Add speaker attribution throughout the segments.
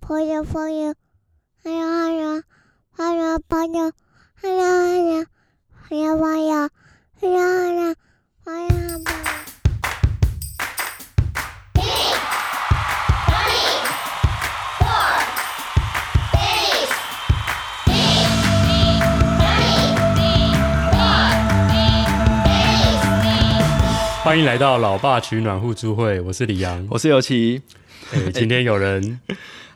Speaker 1: 朋友朋友，还有还有还有朋友，还有还有还有朋友，还有还有还有朋友。
Speaker 2: 欢迎来到老爸取暖互助会，我是李阳。
Speaker 3: 我是尤其，
Speaker 2: 诶今天有人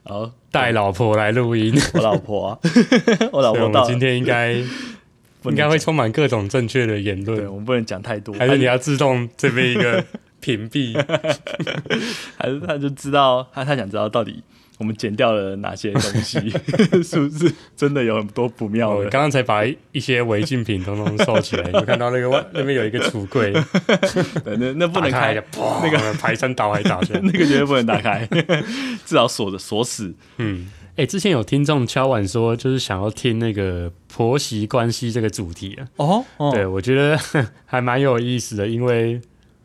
Speaker 3: 好，
Speaker 2: 带老婆来录音，
Speaker 3: 我老婆、 啊，我老
Speaker 2: 所以我
Speaker 3: 婆
Speaker 2: 们
Speaker 3: 到
Speaker 2: 今天应 该应
Speaker 3: 应
Speaker 2: 该会充满各种正确的言
Speaker 3: 对
Speaker 2: 论，
Speaker 3: 我们不能讲太多，
Speaker 2: 还是你要自动这边一个 屏蔽？
Speaker 3: 还是他就知道他他想知道到底我们剪掉了哪些东 西，是不是真的有很多不妙
Speaker 2: 我
Speaker 3: 的？
Speaker 2: 哦刚刚才把一些违禁品通通收 起来，你看到那个外那边有一个橱柜，
Speaker 3: 对那那不能
Speaker 2: 打开
Speaker 3: 开，
Speaker 2: 那个排山倒海打出来。
Speaker 3: 那个绝对不能打开， 至少锁着锁死。
Speaker 2: 嗯，哎、之前有听众敲碗说，就是想要听那个婆媳关系这个主题啊。
Speaker 3: 哦，
Speaker 2: 对，，我觉得 还蛮有意思的，因为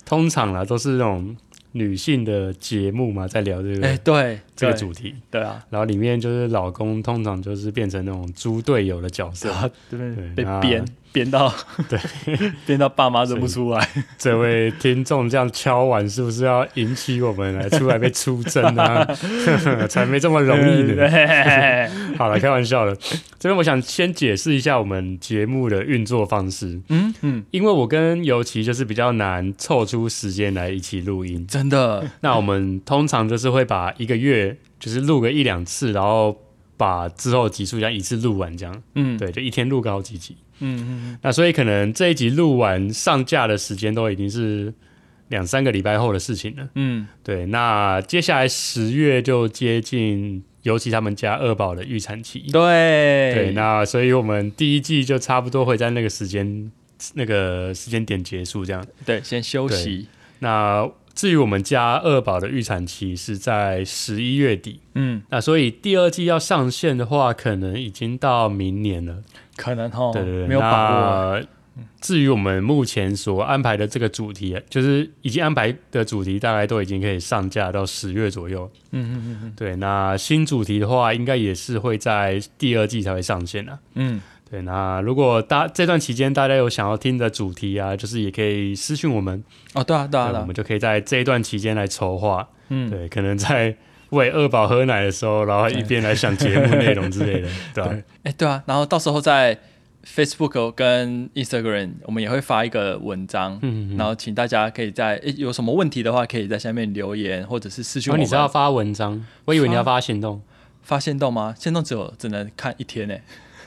Speaker 2: 通常啦都是那种女性的节目嘛，在聊这个、
Speaker 3: 哎，对，
Speaker 2: 这个
Speaker 3: 对
Speaker 2: 主题，
Speaker 3: 对啊，
Speaker 2: 然后里面就是老公通常就是变成那种猪队友的角色
Speaker 3: 然。后这边
Speaker 2: 对
Speaker 3: 被
Speaker 2: 那
Speaker 3: 编编到，
Speaker 2: 对，
Speaker 3: 编到爸妈认不出来，
Speaker 2: 这位听众这样敲碗，是不是要引起我们来出来被出征啊？ 才没这么容易 呢。
Speaker 3: 对
Speaker 2: 好了，开玩笑的。这边我想先解释一下我们节目的运作方式，
Speaker 3: 嗯嗯，
Speaker 2: 因为我跟尤其就是比较难凑出时间来一起录音。
Speaker 3: 真的，
Speaker 2: 那我们通常就是会把一个月就是录个一两次，然后把之后集数这样一次录完，这样
Speaker 3: 嗯，
Speaker 2: 对，就一天录个好几集。
Speaker 3: 嗯，嗯
Speaker 2: 那所以可能这一集录完上架的时间都已经是两三个礼拜后的事情了。
Speaker 3: 嗯
Speaker 2: 对，那接下来十月就接近，尤其他们家二宝的预产期
Speaker 3: 嗯，。对
Speaker 2: 对，那所以我们第一季就差不多会在那个时间那个时间点结束这样。
Speaker 3: 对，先休息。
Speaker 2: 那至于我们家二宝的预产期是在十一月底，
Speaker 3: 嗯，
Speaker 2: 那所以第二季要上线的话，可能已经到明年了。
Speaker 3: 可能哈，
Speaker 2: 对对对，
Speaker 3: 哦没有把握。啊
Speaker 2: 握。至于我们目前所安排的这个主题，就是已经安排的主题，大概都已经可以上架到十月左右。
Speaker 3: 嗯嗯嗯
Speaker 2: 对，那新主题的话，应该也是会在第二季才会上线啊。
Speaker 3: 嗯
Speaker 2: 对，那如果大这段期间大家有想要听的主题啊，就是也可以私讯我们，
Speaker 3: 嗯，哦，对啊对啊
Speaker 2: 对
Speaker 3: 对
Speaker 2: 我
Speaker 3: 啊
Speaker 2: 们，就可以在这一段期间来筹划。
Speaker 3: 嗯，
Speaker 2: 对，可能在喂二宝喝奶的时候，然后一边来想节目内容之 类的，对吧、
Speaker 3: 对，哎对啊，然后到时候在 Facebook 跟 Instagram 我们也会发一个文章，
Speaker 2: 嗯嗯嗯
Speaker 3: 然后请大家可以在哎有什么问题的话，可以在下面留言或者是私讯
Speaker 2: 然
Speaker 3: 我
Speaker 2: 后
Speaker 3: 们。
Speaker 2: 你是要发文章，我以为你要
Speaker 3: 发
Speaker 2: 发行动。
Speaker 3: 发现到吗？现动只有只能看一天呢。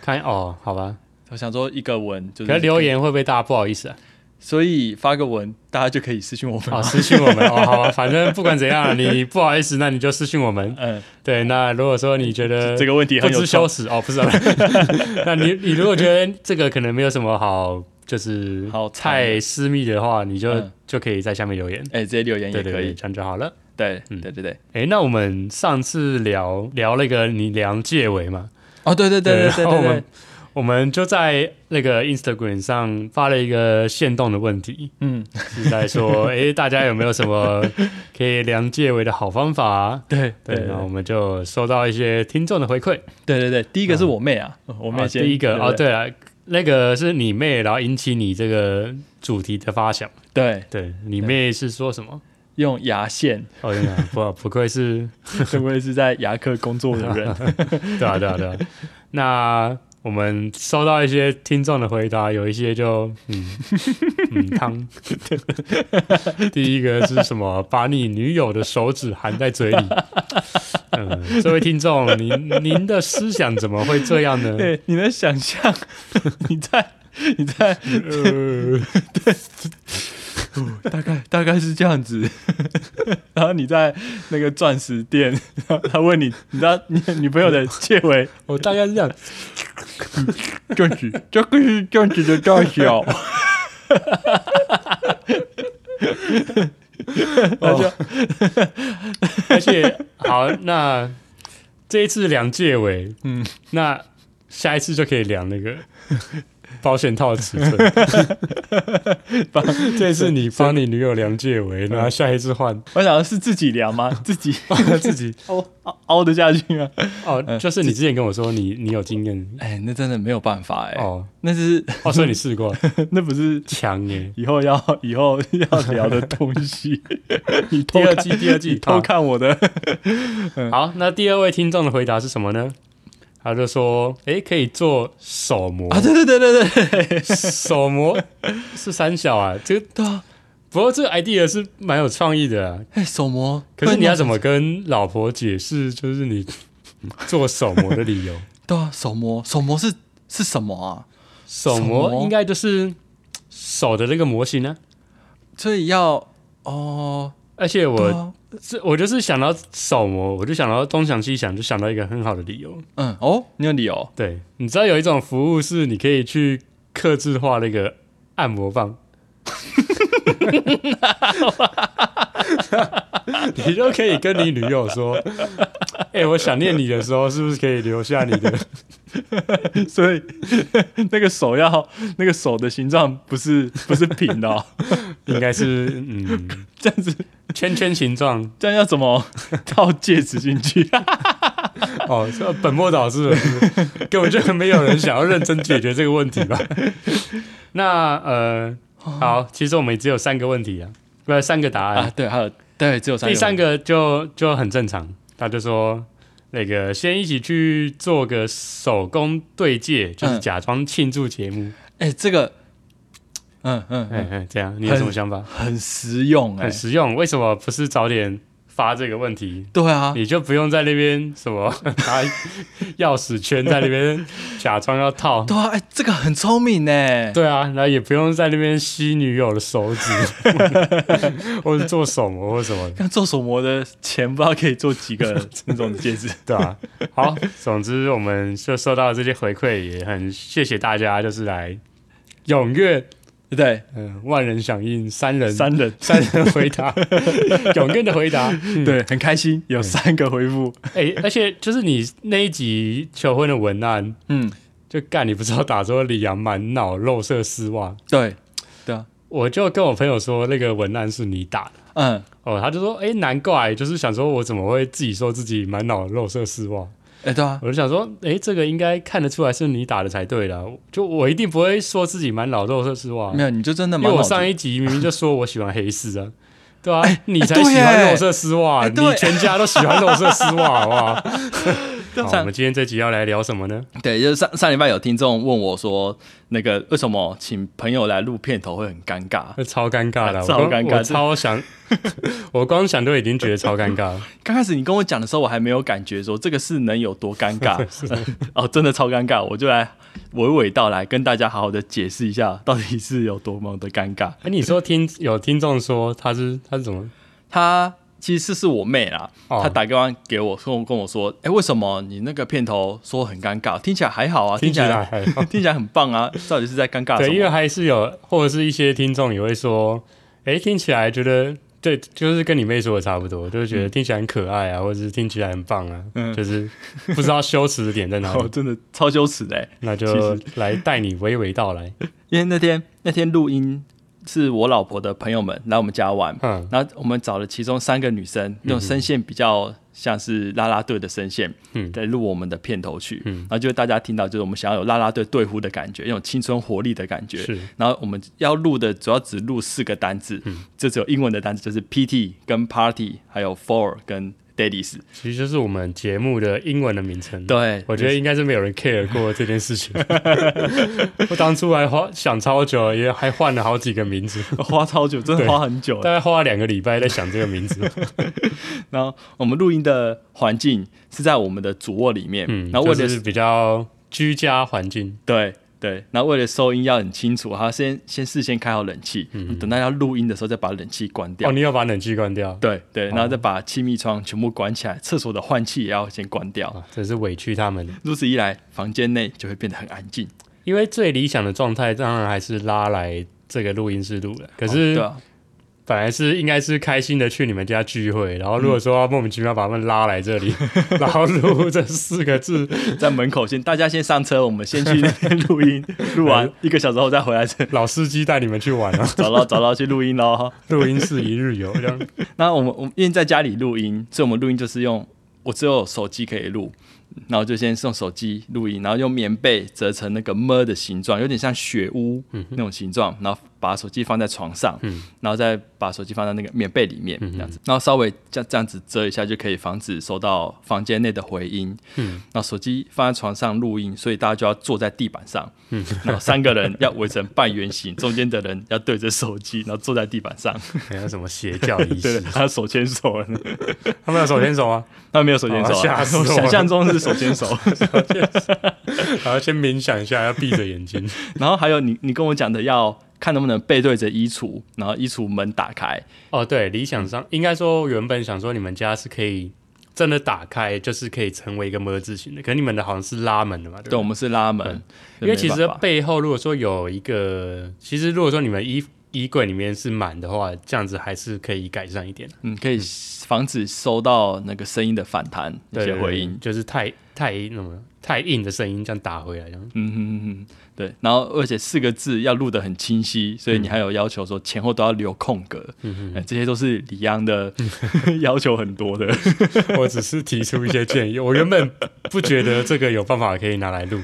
Speaker 2: 看哦，好吧，
Speaker 3: 我想说一个文就
Speaker 2: 可
Speaker 3: 是
Speaker 2: 是留，言会不会大家不好意思啊？
Speaker 3: 所以发个文，大家就可以私讯我们。
Speaker 2: 哦，私讯我 们哦，好吧，反正不管怎样，你不好意思，那你就私讯我们。
Speaker 3: 嗯，
Speaker 2: 对，那如果说你觉得
Speaker 3: 这个问题
Speaker 2: 不
Speaker 3: 很有
Speaker 2: 知羞耻哦，不是、啊， 那你你如果觉得这个可能没有什么好，就是
Speaker 3: 好谈的
Speaker 2: 太私密的话，你就、
Speaker 3: 嗯
Speaker 2: 就可以在下面留言，
Speaker 3: 哎，直接留言
Speaker 2: 对
Speaker 3: 也
Speaker 2: 对
Speaker 3: 可
Speaker 2: 对，
Speaker 3: 以。
Speaker 2: 这样就好了。
Speaker 3: 对
Speaker 2: 嗯
Speaker 3: 对对对，
Speaker 2: 诶，那我们上次聊聊了一个你梁介伟嘛，
Speaker 3: 哦对对对对对
Speaker 2: 然后我
Speaker 3: 对
Speaker 2: 们，我们就在那个 Instagram 上发了一个限动的问题，
Speaker 3: 嗯，
Speaker 2: 是在说，诶，大家有没有什么可以梁介伟的好方法啊、
Speaker 3: 对
Speaker 2: 对，
Speaker 3: 对
Speaker 2: 然后我们就收到一些听众的回馈，
Speaker 3: 对对对，第一个是我妹啊，我妹
Speaker 2: 啊
Speaker 3: 先、
Speaker 2: 第一个哦，对
Speaker 3: 对
Speaker 2: 了，那个是你妹，然后引起你这个主题的发想。
Speaker 3: 对，
Speaker 2: 对，你妹是说什么？
Speaker 3: 用牙线，
Speaker 2: 哦，天 哪不不愧是，
Speaker 3: 这位是在牙科工作的 人，
Speaker 2: 对啊，对啊，对啊。那我们收到一些听众的回答，有一些就嗯 嗯 汤。第一个是什么？把你女友的手指含在嘴 里。嗯，这位听众，您您的思想怎么会这样呢？
Speaker 3: 对，你能想象你在你在
Speaker 2: 呃，
Speaker 3: 大概大概是这样子，然后你在那个钻石店，然后他问你，你知道你女朋友的借尾
Speaker 2: 我大概是这样。
Speaker 3: 钻石，这个是钻石的大小，
Speaker 2: 哦，而且好，那这一次量戒尾，嗯
Speaker 3: 嗯，
Speaker 2: 那下一次就可以量那 个保险套的尺寸。这次你帮
Speaker 3: 嗯
Speaker 2: 你女友量戒尾，然后下一次换
Speaker 3: 我想是自己量吗？自己
Speaker 2: 自己
Speaker 3: 哦哦凹得下去啊？
Speaker 2: 哦，就是你之前跟我说你你有经验
Speaker 3: 哎，那真的没有办法哎、
Speaker 2: 哦，
Speaker 3: 那是
Speaker 2: 哦，所以你试过
Speaker 3: 那不是
Speaker 2: 强欸耶。
Speaker 3: 以后要 以后要聊的东西。 你偷
Speaker 2: 第二
Speaker 3: 看
Speaker 2: 季，第二季
Speaker 3: 你偷看我的，
Speaker 2: 好，那第二位听众的回答是什么呢？他就说：“诶，可以做手模
Speaker 3: 啊，对对对对对对，
Speaker 2: 手模是三小啊。这个
Speaker 3: 对啊，
Speaker 2: 不过这个 idea 是蛮有创意的、啊，
Speaker 3: 哎、手模，
Speaker 2: 可是你要怎
Speaker 3: 么？
Speaker 2: 么跟老婆解释，就是你做手模的 理由？
Speaker 3: 对啊，手模，手模是是什么啊？
Speaker 2: 手
Speaker 3: 手模
Speaker 2: 模应该就是手的那个模型啊。
Speaker 3: 所以要哦，
Speaker 2: 而且
Speaker 3: 对
Speaker 2: 我
Speaker 3: 啊，
Speaker 2: 这、我就是想到手模，我就想到东想西想，就想到一个很好的理由。
Speaker 3: 嗯，哦，你有理由
Speaker 2: 对，你知道有一种服务是你可以去克制化那个按摩棒，你就可以跟你女友说：“哎、我想念你的时候，是不是可以留下你的
Speaker 3: 所以 那个手要那个手的形状不是不是平的、 哦，
Speaker 2: 应该是嗯
Speaker 3: 这样子
Speaker 2: 圈圈形状
Speaker 3: 这样要怎 么套戒指进去？
Speaker 2: 哦？这本末倒置了，是不是根本就没有人想要认真解决这个问题吧？那呃，好，其实我们只有三个问题啊，不是三个答案
Speaker 3: 啊，对，还有对，只有三
Speaker 2: 第三
Speaker 3: 个
Speaker 2: 个就就很正常，他就说那个先一起去做个手工对戒，就是
Speaker 3: 嗯
Speaker 2: 假装庆祝节目，
Speaker 3: 人，哎、这个，嗯嗯
Speaker 2: 哎
Speaker 3: 嗯，
Speaker 2: 哎，这样你有什么想法？
Speaker 3: 很实用哎、
Speaker 2: 很实用，为什么不是早点发这个问题？
Speaker 3: 对啊，
Speaker 2: 你就不用在那边什么 拿钥匙圈在那边假装要 套，
Speaker 3: 对啊，哎、这个很聪明哎、
Speaker 2: 对啊，然后也不用在那边吸女友的手指， 或者做手模或什么的，
Speaker 3: 像做手模的钱不知道可以做几 个那种戒指，
Speaker 2: 对啊，好，总之我们就收到这些回馈，也很谢谢大家，就是来踊跃，
Speaker 3: 对，
Speaker 2: 嗯、万人响应，三人
Speaker 3: 三人，
Speaker 2: 三人回答，踊跃的回答，
Speaker 3: 对，很开心，有三个回复，
Speaker 2: 哎、而且就是你那一集求婚的文案，
Speaker 3: 嗯，
Speaker 2: 就干你不知道打说李阳满脑肉色丝袜，
Speaker 3: 对，对啊，
Speaker 2: 我就跟我朋友说那个文案是你打的。
Speaker 3: 嗯，
Speaker 2: 哦，他就说，哎、难怪，就是想说，我怎么会自己说自己满脑肉色丝袜？
Speaker 3: 哎、对啊，
Speaker 2: 我就想说，诶，这个应该看得出来是你打的才对啦。就我一定不会说自己满脑肉色丝袜，
Speaker 3: 没有，你就真的
Speaker 2: 因
Speaker 3: 蛮
Speaker 2: 为
Speaker 3: 好
Speaker 2: 我
Speaker 3: 的哎
Speaker 2: 上一集明明就说我喜欢黑丝啊，对啊，你才
Speaker 3: 对
Speaker 2: 喜欢
Speaker 3: 耶
Speaker 2: 肉色丝袜，
Speaker 3: 哎对
Speaker 2: 你全家都喜欢肉色丝袜，好不 好？好，
Speaker 3: 上
Speaker 2: 我们今天这集要来聊什么呢？
Speaker 3: 对，就是上上礼拜有听众问我说，那个为什么请朋友来录片头会很尴 尬？
Speaker 2: 超尴尬的，
Speaker 3: 啊
Speaker 2: 我
Speaker 3: 超
Speaker 2: 光
Speaker 3: 尴尬
Speaker 2: 我超想， 我光想都已经觉得超尴尬了。
Speaker 3: 刚开始你跟我讲的时候，我还没有感觉说这个事能有多尴 尬哦，真的超尴尬，我就来娓娓道来跟大家好好的解释一下，到底是有多么的尴尬。
Speaker 2: 哎、你说听有听众说他是他是怎么？
Speaker 3: 哦她其实是我妹啦，
Speaker 2: 哦
Speaker 3: 她打电话给我，跟我跟我说，哎、为什么你那个片头说很尴尬？听起来还好啊，听起来
Speaker 2: 还好
Speaker 3: 听起来很棒啊，到底是在尴尬什
Speaker 2: 对，因为
Speaker 3: 么？
Speaker 2: 还是有，或者是一些听众也会说，哎，听起来觉得对，就是跟你妹说的差不多，就是觉得听起来很可爱啊，或者是听起来很棒啊，
Speaker 3: 嗯
Speaker 2: 就是不知道羞耻的点在哪
Speaker 3: 哦，
Speaker 2: 里，
Speaker 3: 真的超羞耻的、欸。
Speaker 2: 那
Speaker 3: 其
Speaker 2: 就来带你娓娓道来。
Speaker 3: 因为那天那天录音是我老婆的朋友们来我们家玩，
Speaker 2: 嗯，
Speaker 3: 然后我们找了其中三个女生，用声线比较像是啦啦队的声线，
Speaker 2: 嗯
Speaker 3: 在录我们的片头曲，
Speaker 2: 嗯
Speaker 3: 然后就大家听到就是我们想要有啦啦队队呼的感觉，有青春活力的感觉，
Speaker 2: 是
Speaker 3: 然后我们要录的主要只录四个单字，
Speaker 2: 嗯
Speaker 3: 这只有英文的单字，就是 PT 跟 Party，还有 For 跟 Daddies，
Speaker 2: 其实就是我们节目的英文的名称。。
Speaker 3: 对，
Speaker 2: 我觉得应该是没有人 care 过这件 事情。我当初还花想超久，也还换了好几个 名字，
Speaker 3: 花超久，真的
Speaker 2: 对
Speaker 3: 花很久，
Speaker 2: 大概花了两个礼拜在想这个名字。
Speaker 3: 然后我们录音的环境是在我们的主卧里面，
Speaker 2: 嗯，
Speaker 3: 然后为
Speaker 2: 就
Speaker 3: 了
Speaker 2: 是比较居家环境，
Speaker 3: 对对，然后为了收音要很清楚，还要先先事先开好冷气，等到要录音的时候再把冷气关掉。
Speaker 2: 哦，你要把冷气关掉。
Speaker 3: 对对，然后再把气密窗全部关起来，厕所的换气也要先关掉。
Speaker 2: 啊，真是委屈他们了。
Speaker 3: 如此一来，房间内就会变得很安静。
Speaker 2: 因为最理想的状态当然还是拉来这个录音室录了，可
Speaker 3: 哦
Speaker 2: 是
Speaker 3: 对啊，
Speaker 2: 本来是应该是开心的去你们家聚会，然后如果说要莫名其妙把他们拉来这里， 然后录这四个字，
Speaker 3: 在门口先大家先上车，我们先去那边录音，录完一个小时后再回来这
Speaker 2: 老司机带你们去玩啊，
Speaker 3: 找到找到去录音喽。
Speaker 2: 录音室一日游这样。
Speaker 3: 那我们我们因为在家里录音，所以我们录音就是用我只有手机可以录，然后就先用手机录音，然后用棉被折成那个么的形状，有点像雪屋那种形状，然后把手机放在床上，然后再把手机放在那个棉被里面这样子，然后稍微这样这样子遮一下就可以防止收到房间内的回音。嗯，然后手机放在床上录音，所以大家就要坐在地板上，嗯，然后三个人要围成半圆形，中间的人要对着手机，然后坐在地板上，
Speaker 2: 还有什么邪教仪
Speaker 3: 对，
Speaker 2: 式？
Speaker 3: 他手牵手了，
Speaker 2: 他们有手牵手啊，
Speaker 3: 他没有手牵手、
Speaker 2: 哦
Speaker 3: 啊，
Speaker 2: 吓死我了
Speaker 3: 想象中是手牵手。
Speaker 2: 然后先冥想一下，要闭着眼睛。
Speaker 3: 然后还有你，你跟我讲的要看能不能背对着衣橱，然后衣橱门打开，
Speaker 2: 哦，对，理想上应该说原本想说你们家是可以真的打开，就是可以成为一个么字形的，可是你们的好像是拉门的嘛，对不
Speaker 3: 对，
Speaker 2: 对
Speaker 3: 我们是拉门，
Speaker 2: 因为其
Speaker 3: 没
Speaker 2: 实
Speaker 3: 办法
Speaker 2: 背后如果说有一个，其实如果说你们衣衣柜里面是满的话，这样子还是可以改善一点。
Speaker 3: 嗯可以防止收到那个声音的反弹一
Speaker 2: 对
Speaker 3: 些
Speaker 2: 对
Speaker 3: 回
Speaker 2: 对
Speaker 3: 音。
Speaker 2: 就是太太那种太硬的声音这样打回来，这样
Speaker 3: 嗯哼哼哼，对，然后而且四个字要录得很清晰，所以
Speaker 2: 嗯
Speaker 3: 你还有要求说前后都要留空格，嗯嗯，这些都是李央的 要求很多的，
Speaker 2: 我只是提出一些建议。 我原本不觉得这个有办法可以拿 来录，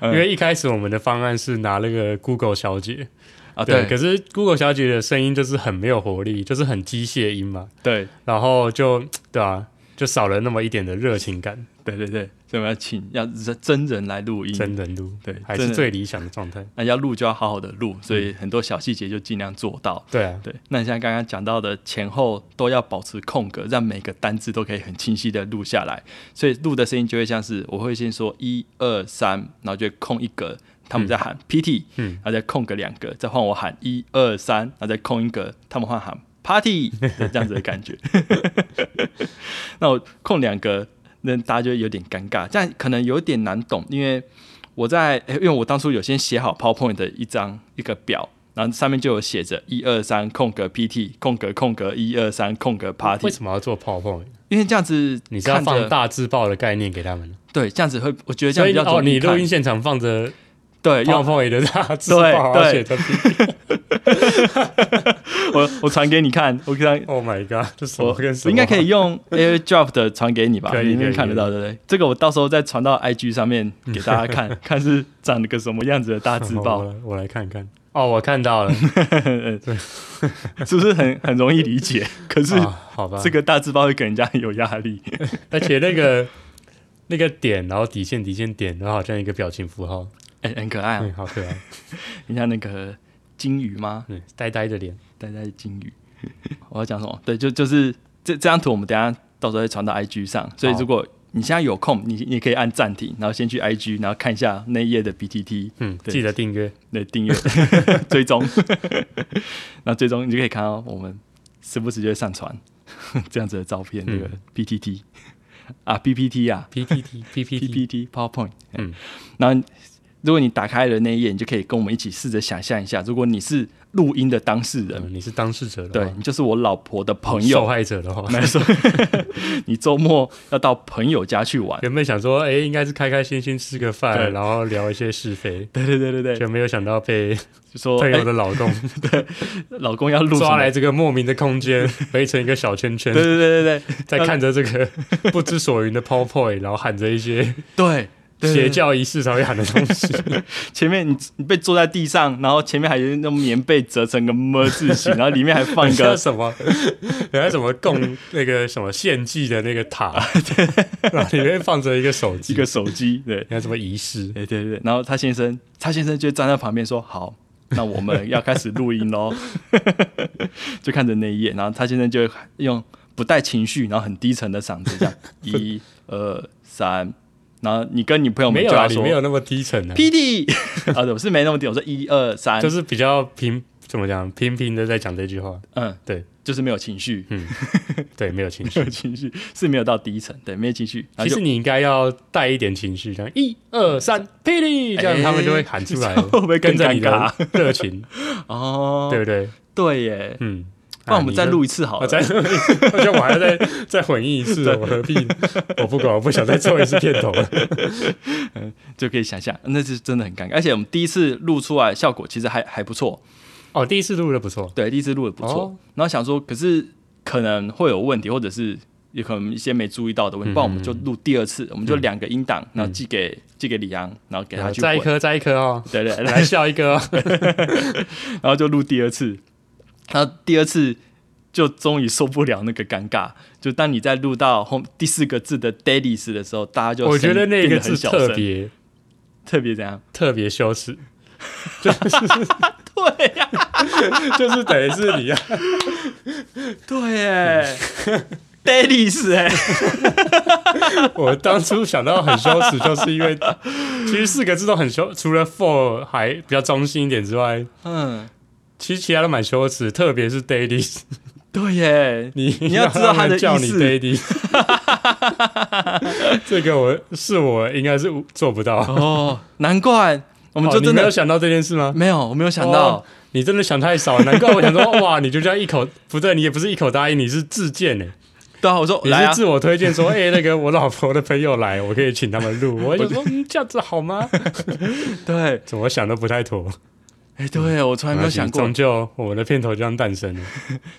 Speaker 3: 嗯
Speaker 2: 因为一开始我们的方案是拿那个 Google 小姐，
Speaker 3: 啊，
Speaker 2: 对，可
Speaker 3: 对
Speaker 2: 是 Google 小姐的声音就是很没有活力，就是很机械音嘛，
Speaker 3: 对
Speaker 2: 然后就对啊，就少了那么一点的热情感，
Speaker 3: 对对对，所以我们要请要真真人来录音，
Speaker 2: 真人录
Speaker 3: 嗯对
Speaker 2: 还
Speaker 3: 真
Speaker 2: 是
Speaker 3: 的
Speaker 2: 最理想的状态。
Speaker 3: 那要录就要好好的录，所以很多小细节就尽量做到。
Speaker 2: 对啊，
Speaker 3: 对，那你像刚刚讲到的，前后都要保持空格，让每个单字都可以很清晰的录下来，所以录的声音就会像是我会先说一二三，然后就空一格，他们在喊 PT，嗯，然后再空格两格，再换我喊一二三，然后再空一格，他们换喊 Party，对这样子的感觉。那我空两格，那大家就会有点尴尬，这样可能有点难懂，因为我在，诶因为我当初有先写好 PowerPoint 的一张一个表，然后上面就有写着一二三空格 PT 空格空格一二三空格
Speaker 2: 为
Speaker 3: Party，
Speaker 2: 什么要做 PowerPoint？
Speaker 3: 因为这样子
Speaker 2: 你是要
Speaker 3: 看着
Speaker 2: 放大字报的概念给他们，
Speaker 3: 对，这样子会，我觉得这
Speaker 2: 所
Speaker 3: 样
Speaker 2: 以
Speaker 3: 比较
Speaker 2: 哦，
Speaker 3: 容易
Speaker 2: 你录
Speaker 3: 看
Speaker 2: 音现场放着
Speaker 3: 对，用
Speaker 2: PowerPoint 的大字
Speaker 3: 对
Speaker 2: 报，啊而
Speaker 3: 对
Speaker 2: 且它
Speaker 3: 我我传给你看，我让
Speaker 2: Oh my god，这什么
Speaker 3: 我
Speaker 2: 跟什么？
Speaker 3: 我应该可以用 AirDrop 的传给你吧，
Speaker 2: 可以
Speaker 3: 你应该
Speaker 2: 可以
Speaker 3: 看得到对不对？这个我到时候再传到 IG 上面给大家 看，看是长了个什么样子的大字
Speaker 2: 好我
Speaker 3: 报，
Speaker 2: 来我来看看。哦，我看 到了，
Speaker 3: 是不是很很容易理 解？可是
Speaker 2: 啊、好吧，
Speaker 3: 这个大字报会给人家很有压力。
Speaker 2: 而且那个那个点，然后底线底线点，然后好像一个表情符号，
Speaker 3: 哎、很可爱啊
Speaker 2: 嗯，！好可爱，
Speaker 3: 你看那个金鱼吗？
Speaker 2: 嗯，呆呆的脸，
Speaker 3: 呆呆的金 鱼。我要讲什么？对，就就是这这张图，我们等一下到时候会传到 IG 上。所以
Speaker 2: 好
Speaker 3: 如果你现在有空，你你可以按暂停，然后先去 IG，然后看一下那一页的 BTT，
Speaker 2: 嗯，
Speaker 3: 对
Speaker 2: 记得订阅，
Speaker 3: 那订阅 追踪， 那追踪你就可以看到我们时不时就会上传 这样子的照片，那个 BTT 啊 PPT 啊
Speaker 2: PPT PPT，
Speaker 3: PPT PowerPoint，
Speaker 2: 嗯
Speaker 3: 嗯，然后如果你打开了那一页，你就可以跟我们一起试着想象一下，如果你是录音的当事人，
Speaker 2: 嗯，你是当事者的
Speaker 3: 对
Speaker 2: 话，
Speaker 3: 你就是我老婆的朋
Speaker 2: 受
Speaker 3: 友，
Speaker 2: 害者的话，
Speaker 3: 没错，你周末要到朋友家去玩，
Speaker 2: 原本想说，哎，应该是开开心心吃个
Speaker 3: 对
Speaker 2: 饭，然后聊一些是非，
Speaker 3: 对对对对对，
Speaker 2: 就没有想到被
Speaker 3: 就说
Speaker 2: 朋
Speaker 3: 哎
Speaker 2: 友，的老公
Speaker 3: 老公要录什
Speaker 2: 抓
Speaker 3: 么
Speaker 2: 来，这个莫名的空间， 围成一个小圈圈
Speaker 3: 对，呃对对对对
Speaker 2: 在看着这个不知所云的 PowerPoint，然后喊着一些。
Speaker 3: 对。对对
Speaker 2: 邪教仪式才会喊的东 西。
Speaker 3: 前面你你被坐在地上，然后前面还有那种棉被折成个么字 形，然后里面还放一
Speaker 2: 叫
Speaker 3: 个
Speaker 2: 什么？人家什么供那个什么献祭的那个塔，然后里面放着一个手机，
Speaker 3: 啊一个手机，对，
Speaker 2: 人家什么仪式？
Speaker 3: 对对对。然后他先生，他先生就站在旁边说：“好，那我们要开始录音喽。” 就看着那一页，然后他先生就用不带情绪，然后很低沉的嗓子这样一二三，然后你跟你朋友们
Speaker 2: 没
Speaker 3: 就
Speaker 2: 有啊，
Speaker 3: 要
Speaker 2: 你
Speaker 3: 说
Speaker 2: 没有那么低沉的、啊，
Speaker 3: “P D” 啊，对，我是没那么低，我说一二三，
Speaker 2: 就是比较平，怎么讲，平平的在讲这句话。
Speaker 3: 嗯，
Speaker 2: 对，嗯
Speaker 3: 就是没有情绪，
Speaker 2: 对，没有情绪
Speaker 3: 没。有情绪是没有到低沉，对，没有情绪，然后
Speaker 2: 其
Speaker 3: 就
Speaker 2: 实你应该要带一点情绪，这样一二三，霹雳，这样
Speaker 3: 哎
Speaker 2: 他们就会喊出来，
Speaker 3: 这样 会不会
Speaker 2: 跟
Speaker 3: 更
Speaker 2: 着你
Speaker 3: 尴
Speaker 2: 的热情，
Speaker 3: 哦，
Speaker 2: 对不对？
Speaker 3: 对耶，
Speaker 2: 嗯，
Speaker 3: 不然我们再录一次好
Speaker 2: 我
Speaker 3: 了。
Speaker 2: 哦再， 而且我还要再再混音一次，我何必？我不管，我不想再做一次片头 了。
Speaker 3: 就可以想象，那是真的很尴尬。而且我们第一次录出来效果其实还还不错，
Speaker 2: 哦，第一次录的不错，
Speaker 3: 对，第一次录的不错。
Speaker 2: 哦
Speaker 3: 然后想说，可是可能会有问题，或者是有可能一些没注意到的问题，不然我们
Speaker 2: 嗯
Speaker 3: 就录第二次，我们就两个音档，然后寄给寄给李阳，然后给他去
Speaker 2: 呃再一
Speaker 3: 混，
Speaker 2: 颗，再一颗哦，
Speaker 3: 对对，
Speaker 2: 来笑一个、哦。
Speaker 3: 然后就录第二次，然后第二次就终于受不了那个尴尬，就当你在录到后第四个字的 daddies 的时候，大家就
Speaker 2: 我觉得
Speaker 3: 声音
Speaker 2: 那
Speaker 3: 变
Speaker 2: 个
Speaker 3: 得很
Speaker 2: 字
Speaker 3: 小
Speaker 2: 特
Speaker 3: 声
Speaker 2: 别
Speaker 3: 特别怎样？
Speaker 2: 特别羞 耻，
Speaker 3: 对 呀、
Speaker 2: 就是等于是
Speaker 3: 啊
Speaker 2: 你要
Speaker 3: 对耶，daddies 哎，
Speaker 2: 我当初想到很羞耻，就是因为其实四个字都很羞，除了 for 还比较中性一点之外，
Speaker 3: 嗯，
Speaker 2: 其实其他都蛮羞耻，特别是 daddy，
Speaker 3: 对耶，
Speaker 2: 你
Speaker 3: 你要知道
Speaker 2: 他
Speaker 3: 它的
Speaker 2: 们叫你
Speaker 3: 意思
Speaker 2: daddy，这个我是我应该是做不到。
Speaker 3: 哦，难怪
Speaker 2: 我
Speaker 3: 我们就真
Speaker 2: 哦没
Speaker 3: 的、
Speaker 2: 有想到这件事吗？
Speaker 3: 没有，我没有想到。
Speaker 2: 哦你真的想太少，难怪我 想说，哇，你就这样一口不对，你也不是一口答应，你是自荐哎、
Speaker 3: 对啊，我说
Speaker 2: 你
Speaker 3: 来
Speaker 2: 是
Speaker 3: 啊，
Speaker 2: 自我推荐 说，哎、那个我老婆的朋友来，我可以请他们录，我就说，嗯，这样子好吗？
Speaker 3: 对，
Speaker 2: 怎么想都不太妥。
Speaker 3: 哎，对我从来没
Speaker 2: 啊
Speaker 3: 有想过
Speaker 2: 终，究我们的片头就这样诞生了，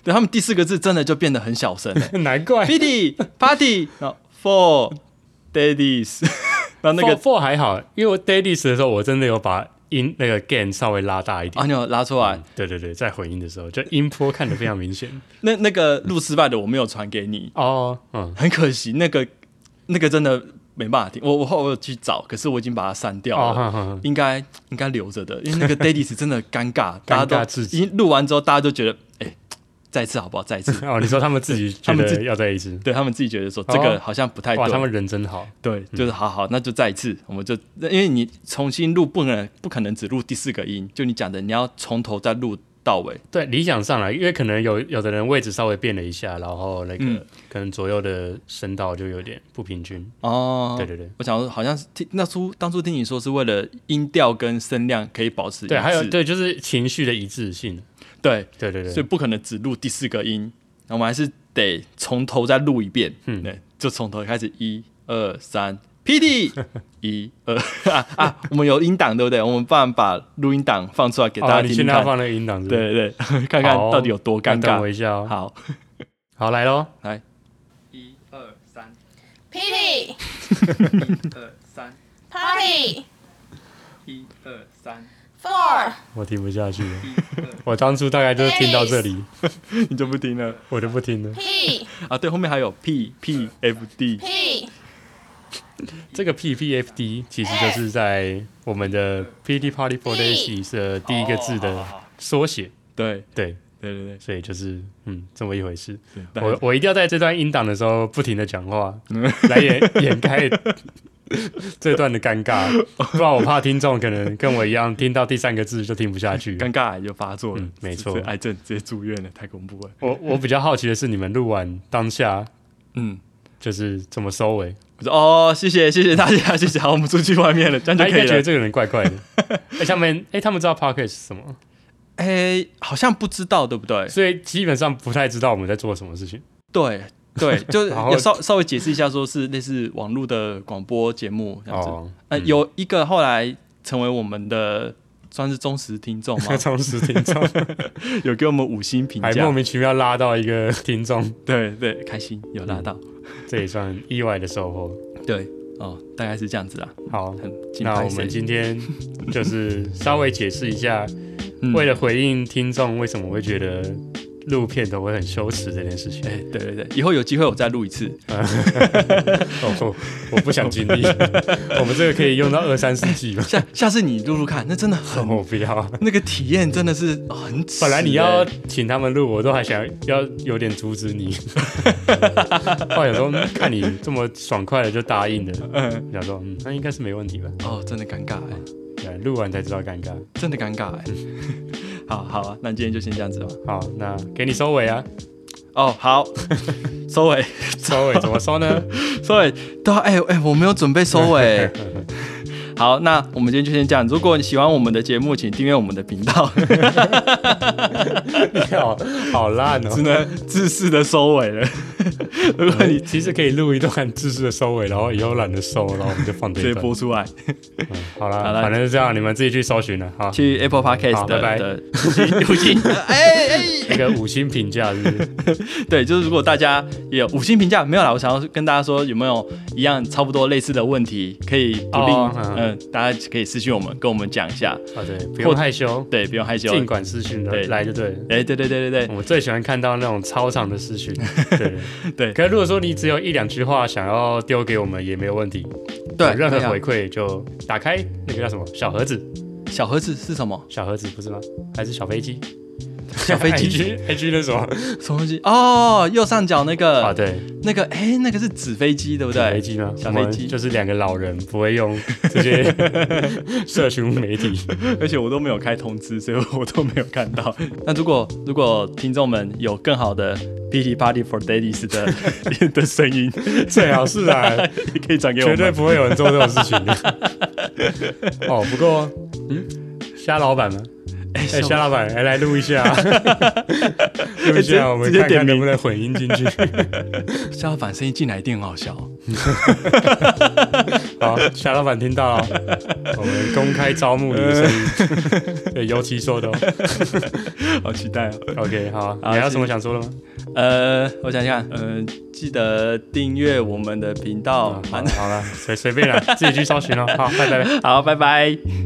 Speaker 3: 对他们第四个字真的就变得很小声了
Speaker 2: 难怪。
Speaker 3: ，Pity Party，然后 For Daddies，然后 那个
Speaker 2: four four 还好，因为我 daddies 的时候，我真的有把音那个 gain 稍微拉大一点。
Speaker 3: 啊，你有拉出来
Speaker 2: 嗯，对对对，在混音的时候，就音波看得非常明显。
Speaker 3: 那那个录失败的我没有传给你，
Speaker 2: 哦，嗯，
Speaker 3: 很可惜，那个那个真的没办法听，我我后来有去找，可是我已经把它删掉
Speaker 2: 哦，
Speaker 3: 了。
Speaker 2: 哼哼哼
Speaker 3: 应该应该留着的，因为那个 Daddies 真的尴尬，大家
Speaker 2: 尴尬
Speaker 3: 都
Speaker 2: 至极
Speaker 3: 已经录完之后，大家都觉得，哎、再一次好不好？再一次，
Speaker 2: 哦，你说他们自己觉
Speaker 3: 他们自
Speaker 2: 得要在一起，
Speaker 3: 对他们自己觉得说这个
Speaker 2: 哦
Speaker 3: 好像不太对，
Speaker 2: 哇，他们嗯人真好。
Speaker 3: 对，就是好好，那就再一次，我们就因为你重新录，不可能不可能只录第四个音，就你讲的，你要从头再录到尾。
Speaker 2: 对，理想上来，因为可能有有的人位置稍微变了一下，然后那个
Speaker 3: 嗯
Speaker 2: 可能左右的声道就有点不平均。
Speaker 3: 哦，
Speaker 2: 对对对。
Speaker 3: 我想说好像是听那初当初听你说是为了音调跟声量可以保持一致
Speaker 2: 对，还有对，就是情绪的一致性。
Speaker 3: 对
Speaker 2: 对对对，
Speaker 3: 所以不可能只录第四个音，那我们还是得从头再录一遍，嗯，对，就从头开始，一二三，PD，一 二 啊啊，我们有音档对不对？我们不然把录音档放出来给大家
Speaker 2: 哦
Speaker 3: 听
Speaker 2: 你
Speaker 3: 听
Speaker 2: 现在要
Speaker 3: 看，
Speaker 2: 放那个音档是不是，
Speaker 3: 对对对， 看看
Speaker 2: 好
Speaker 3: 到底有多尴
Speaker 2: 那等我
Speaker 3: 尬。
Speaker 2: 一下哦。
Speaker 3: 好，
Speaker 2: 好，来喽。
Speaker 3: 来，一二三，
Speaker 4: Pity
Speaker 3: 一二三，
Speaker 4: Party
Speaker 3: 一二三，
Speaker 4: Four
Speaker 2: 我听不下去了，
Speaker 3: 一二，
Speaker 2: 我当初大概就是听到这里，
Speaker 3: 你就不听了
Speaker 2: 我就不听了。
Speaker 4: P
Speaker 3: 啊？对，后面还有 P P F D，
Speaker 4: P
Speaker 2: 这个 PPFD 其实就是在我们的 PT Party for Days 的第一个字
Speaker 3: 哦好
Speaker 2: 的
Speaker 3: 好好
Speaker 2: 缩写，
Speaker 3: 对
Speaker 2: 对，
Speaker 3: 对对
Speaker 2: 所以就是嗯这么一回事。
Speaker 3: 对，对嗯
Speaker 2: 我我一定要在这段音档的时候不停的讲话，来掩掩盖 这段的尴 尬，不然我怕听众可能跟我一样听到第三个字就听不下去了。
Speaker 3: 尴尬癌就发作了，
Speaker 2: 嗯没错
Speaker 3: 这癌症直接住院了，太恐怖了。
Speaker 2: 我我比较好奇的是，你们录完当下
Speaker 3: 嗯，
Speaker 2: 就是怎么收尾？
Speaker 3: 我说哦，谢谢谢谢大家，谢谢，好，我们出去外面了，这样就
Speaker 2: 啊他应
Speaker 3: 可
Speaker 2: 该
Speaker 3: 以
Speaker 2: 觉得
Speaker 3: 了。
Speaker 2: 这个人怪怪的。 哎、他们哎、他们知道 podcast 是什么，
Speaker 3: 哎，好像不知道对不对？
Speaker 2: 所以基本上不太知道我们在做什么事情。
Speaker 3: 对 对，就是
Speaker 2: 然后
Speaker 3: 有稍稍微解释一下，说是类似网络的广播节目这样子。
Speaker 2: 哦，，
Speaker 3: 呃，有一个后来成为我们的算是忠实听众 嘛
Speaker 2: 忠实听众
Speaker 3: 有给我们五星评
Speaker 2: 还莫
Speaker 3: 价，
Speaker 2: 名其妙拉到一个听众，
Speaker 3: 对对，开心有拿到，
Speaker 2: 这也算意外的收获。
Speaker 3: 对哦，大概是这样子啦，
Speaker 2: 好，
Speaker 3: 很敬
Speaker 2: 嗯那
Speaker 3: 佩
Speaker 2: 我们
Speaker 3: 谁
Speaker 2: 今天就是稍微解释一 下，
Speaker 3: 嗯
Speaker 2: 为了回应听众为什么会觉得录片头会很羞耻这件事情。
Speaker 3: 哎，对对对，以后有机会我再录一次，
Speaker 2: 哦，我不想经历， 我们这个可以用到二三世 纪吧。
Speaker 3: 下下次你录录看，那真的 很
Speaker 2: 我不要。
Speaker 3: 那个体验真的是很耻欸、
Speaker 2: 本来你要请他们录，我都还想要有点阻止 你。后来想说，嗯看你这么爽快的就答应了，
Speaker 3: 嗯，
Speaker 2: 想说，嗯，那应该是没问题吧？
Speaker 3: 哦，真的尴尬哎、
Speaker 2: 对，录完才知道尴尬。
Speaker 3: 真的尴尬哎、 好好啊，那今天就先这样子吧。
Speaker 2: 好，那给你收尾啊，
Speaker 3: 哦，好， 收尾，
Speaker 2: 收尾怎么收呢？
Speaker 3: 收尾，对啊，哎、哎、我没有准备收尾、好，那我们今天就先这样。如果你喜欢我们的节目，请订阅我们的频 道。
Speaker 2: 好好烂哦，哦
Speaker 3: 只能自私的收尾了。 如果你
Speaker 2: 其实可以录一段知识的收尾，然后以后懒得收，然后我们就放这
Speaker 3: 直
Speaker 2: 一
Speaker 3: 接
Speaker 2: 段。嗯
Speaker 3: 播出来，
Speaker 2: 好啦，
Speaker 3: 好啦
Speaker 2: 反正是这样，你们自己去搜寻了。啊好，
Speaker 3: 去 Apple Podcast
Speaker 2: 好
Speaker 3: 的
Speaker 2: 拜拜
Speaker 3: 的五星五星，哎哎，
Speaker 2: 那个五星评价是不是
Speaker 3: 对，就是如果大家也有五星评价，没有啦，我想要跟大家说有没有一样差不多类似的问题，可以不吝，
Speaker 2: 哦
Speaker 3: 嗯、
Speaker 2: 嗯
Speaker 3: 大家可以私信我们，跟我们讲一下，
Speaker 2: 啊，对，不用害羞，
Speaker 3: 对，不用害羞。
Speaker 2: 尽管私讯
Speaker 3: 对
Speaker 2: 的来就对了。
Speaker 3: 哎、对对对对对
Speaker 2: 我最喜欢看到那种超长的 私讯。对，
Speaker 3: 对
Speaker 2: 可是如果说你只有一两句话想要丢给我们，也没有问题。
Speaker 3: 对，
Speaker 2: 有任何
Speaker 3: 对啊
Speaker 2: 回馈就打开那个叫什么小盒子，
Speaker 3: 小盒子是什么？
Speaker 2: 小盒子不是吗？还是小飞机？
Speaker 3: 小飞 机
Speaker 2: IG IG 那什么？
Speaker 3: 什么东西？哦，右上角那个、
Speaker 2: 啊，对，
Speaker 3: 那个，哎、那个是纸飞机，对不
Speaker 2: 小
Speaker 3: 对
Speaker 2: 飞？机呢？
Speaker 3: 小飞机
Speaker 2: 我们就是两个老人不会用这些 社群媒 体。
Speaker 3: 而且我都没有开通知，所以我都没有看到。那如果如果听众们有更好的 PT Party for Daddies 的的声音，
Speaker 2: 最好是啊，
Speaker 3: 可以转给我
Speaker 2: 绝
Speaker 3: 们。
Speaker 2: 对不会有人做这种事 情。哦，不过，嗯，虾老板呢？哎、
Speaker 3: 小
Speaker 2: 虾老板，哎，来录一 下，录一
Speaker 3: 哎直接
Speaker 2: 下，我们
Speaker 3: 直接
Speaker 2: 看
Speaker 3: 点
Speaker 2: 看
Speaker 3: 名
Speaker 2: 能不能混音进去。
Speaker 3: 肖老板声音进来一定很好笑哦、
Speaker 2: 好，夏老板听到了，我们公开招募你的声音， 对，尤其说的、哦。
Speaker 3: 好期待 哦。
Speaker 2: OK，好啊，
Speaker 3: 好
Speaker 2: 你还有什么想说的吗？
Speaker 3: 呃，我想想，呃，记得订阅我们的频道
Speaker 2: 哦啊。好了，好了，随随便了，自己去搜寻哦。好，拜拜。
Speaker 3: 嗯 好，拜拜。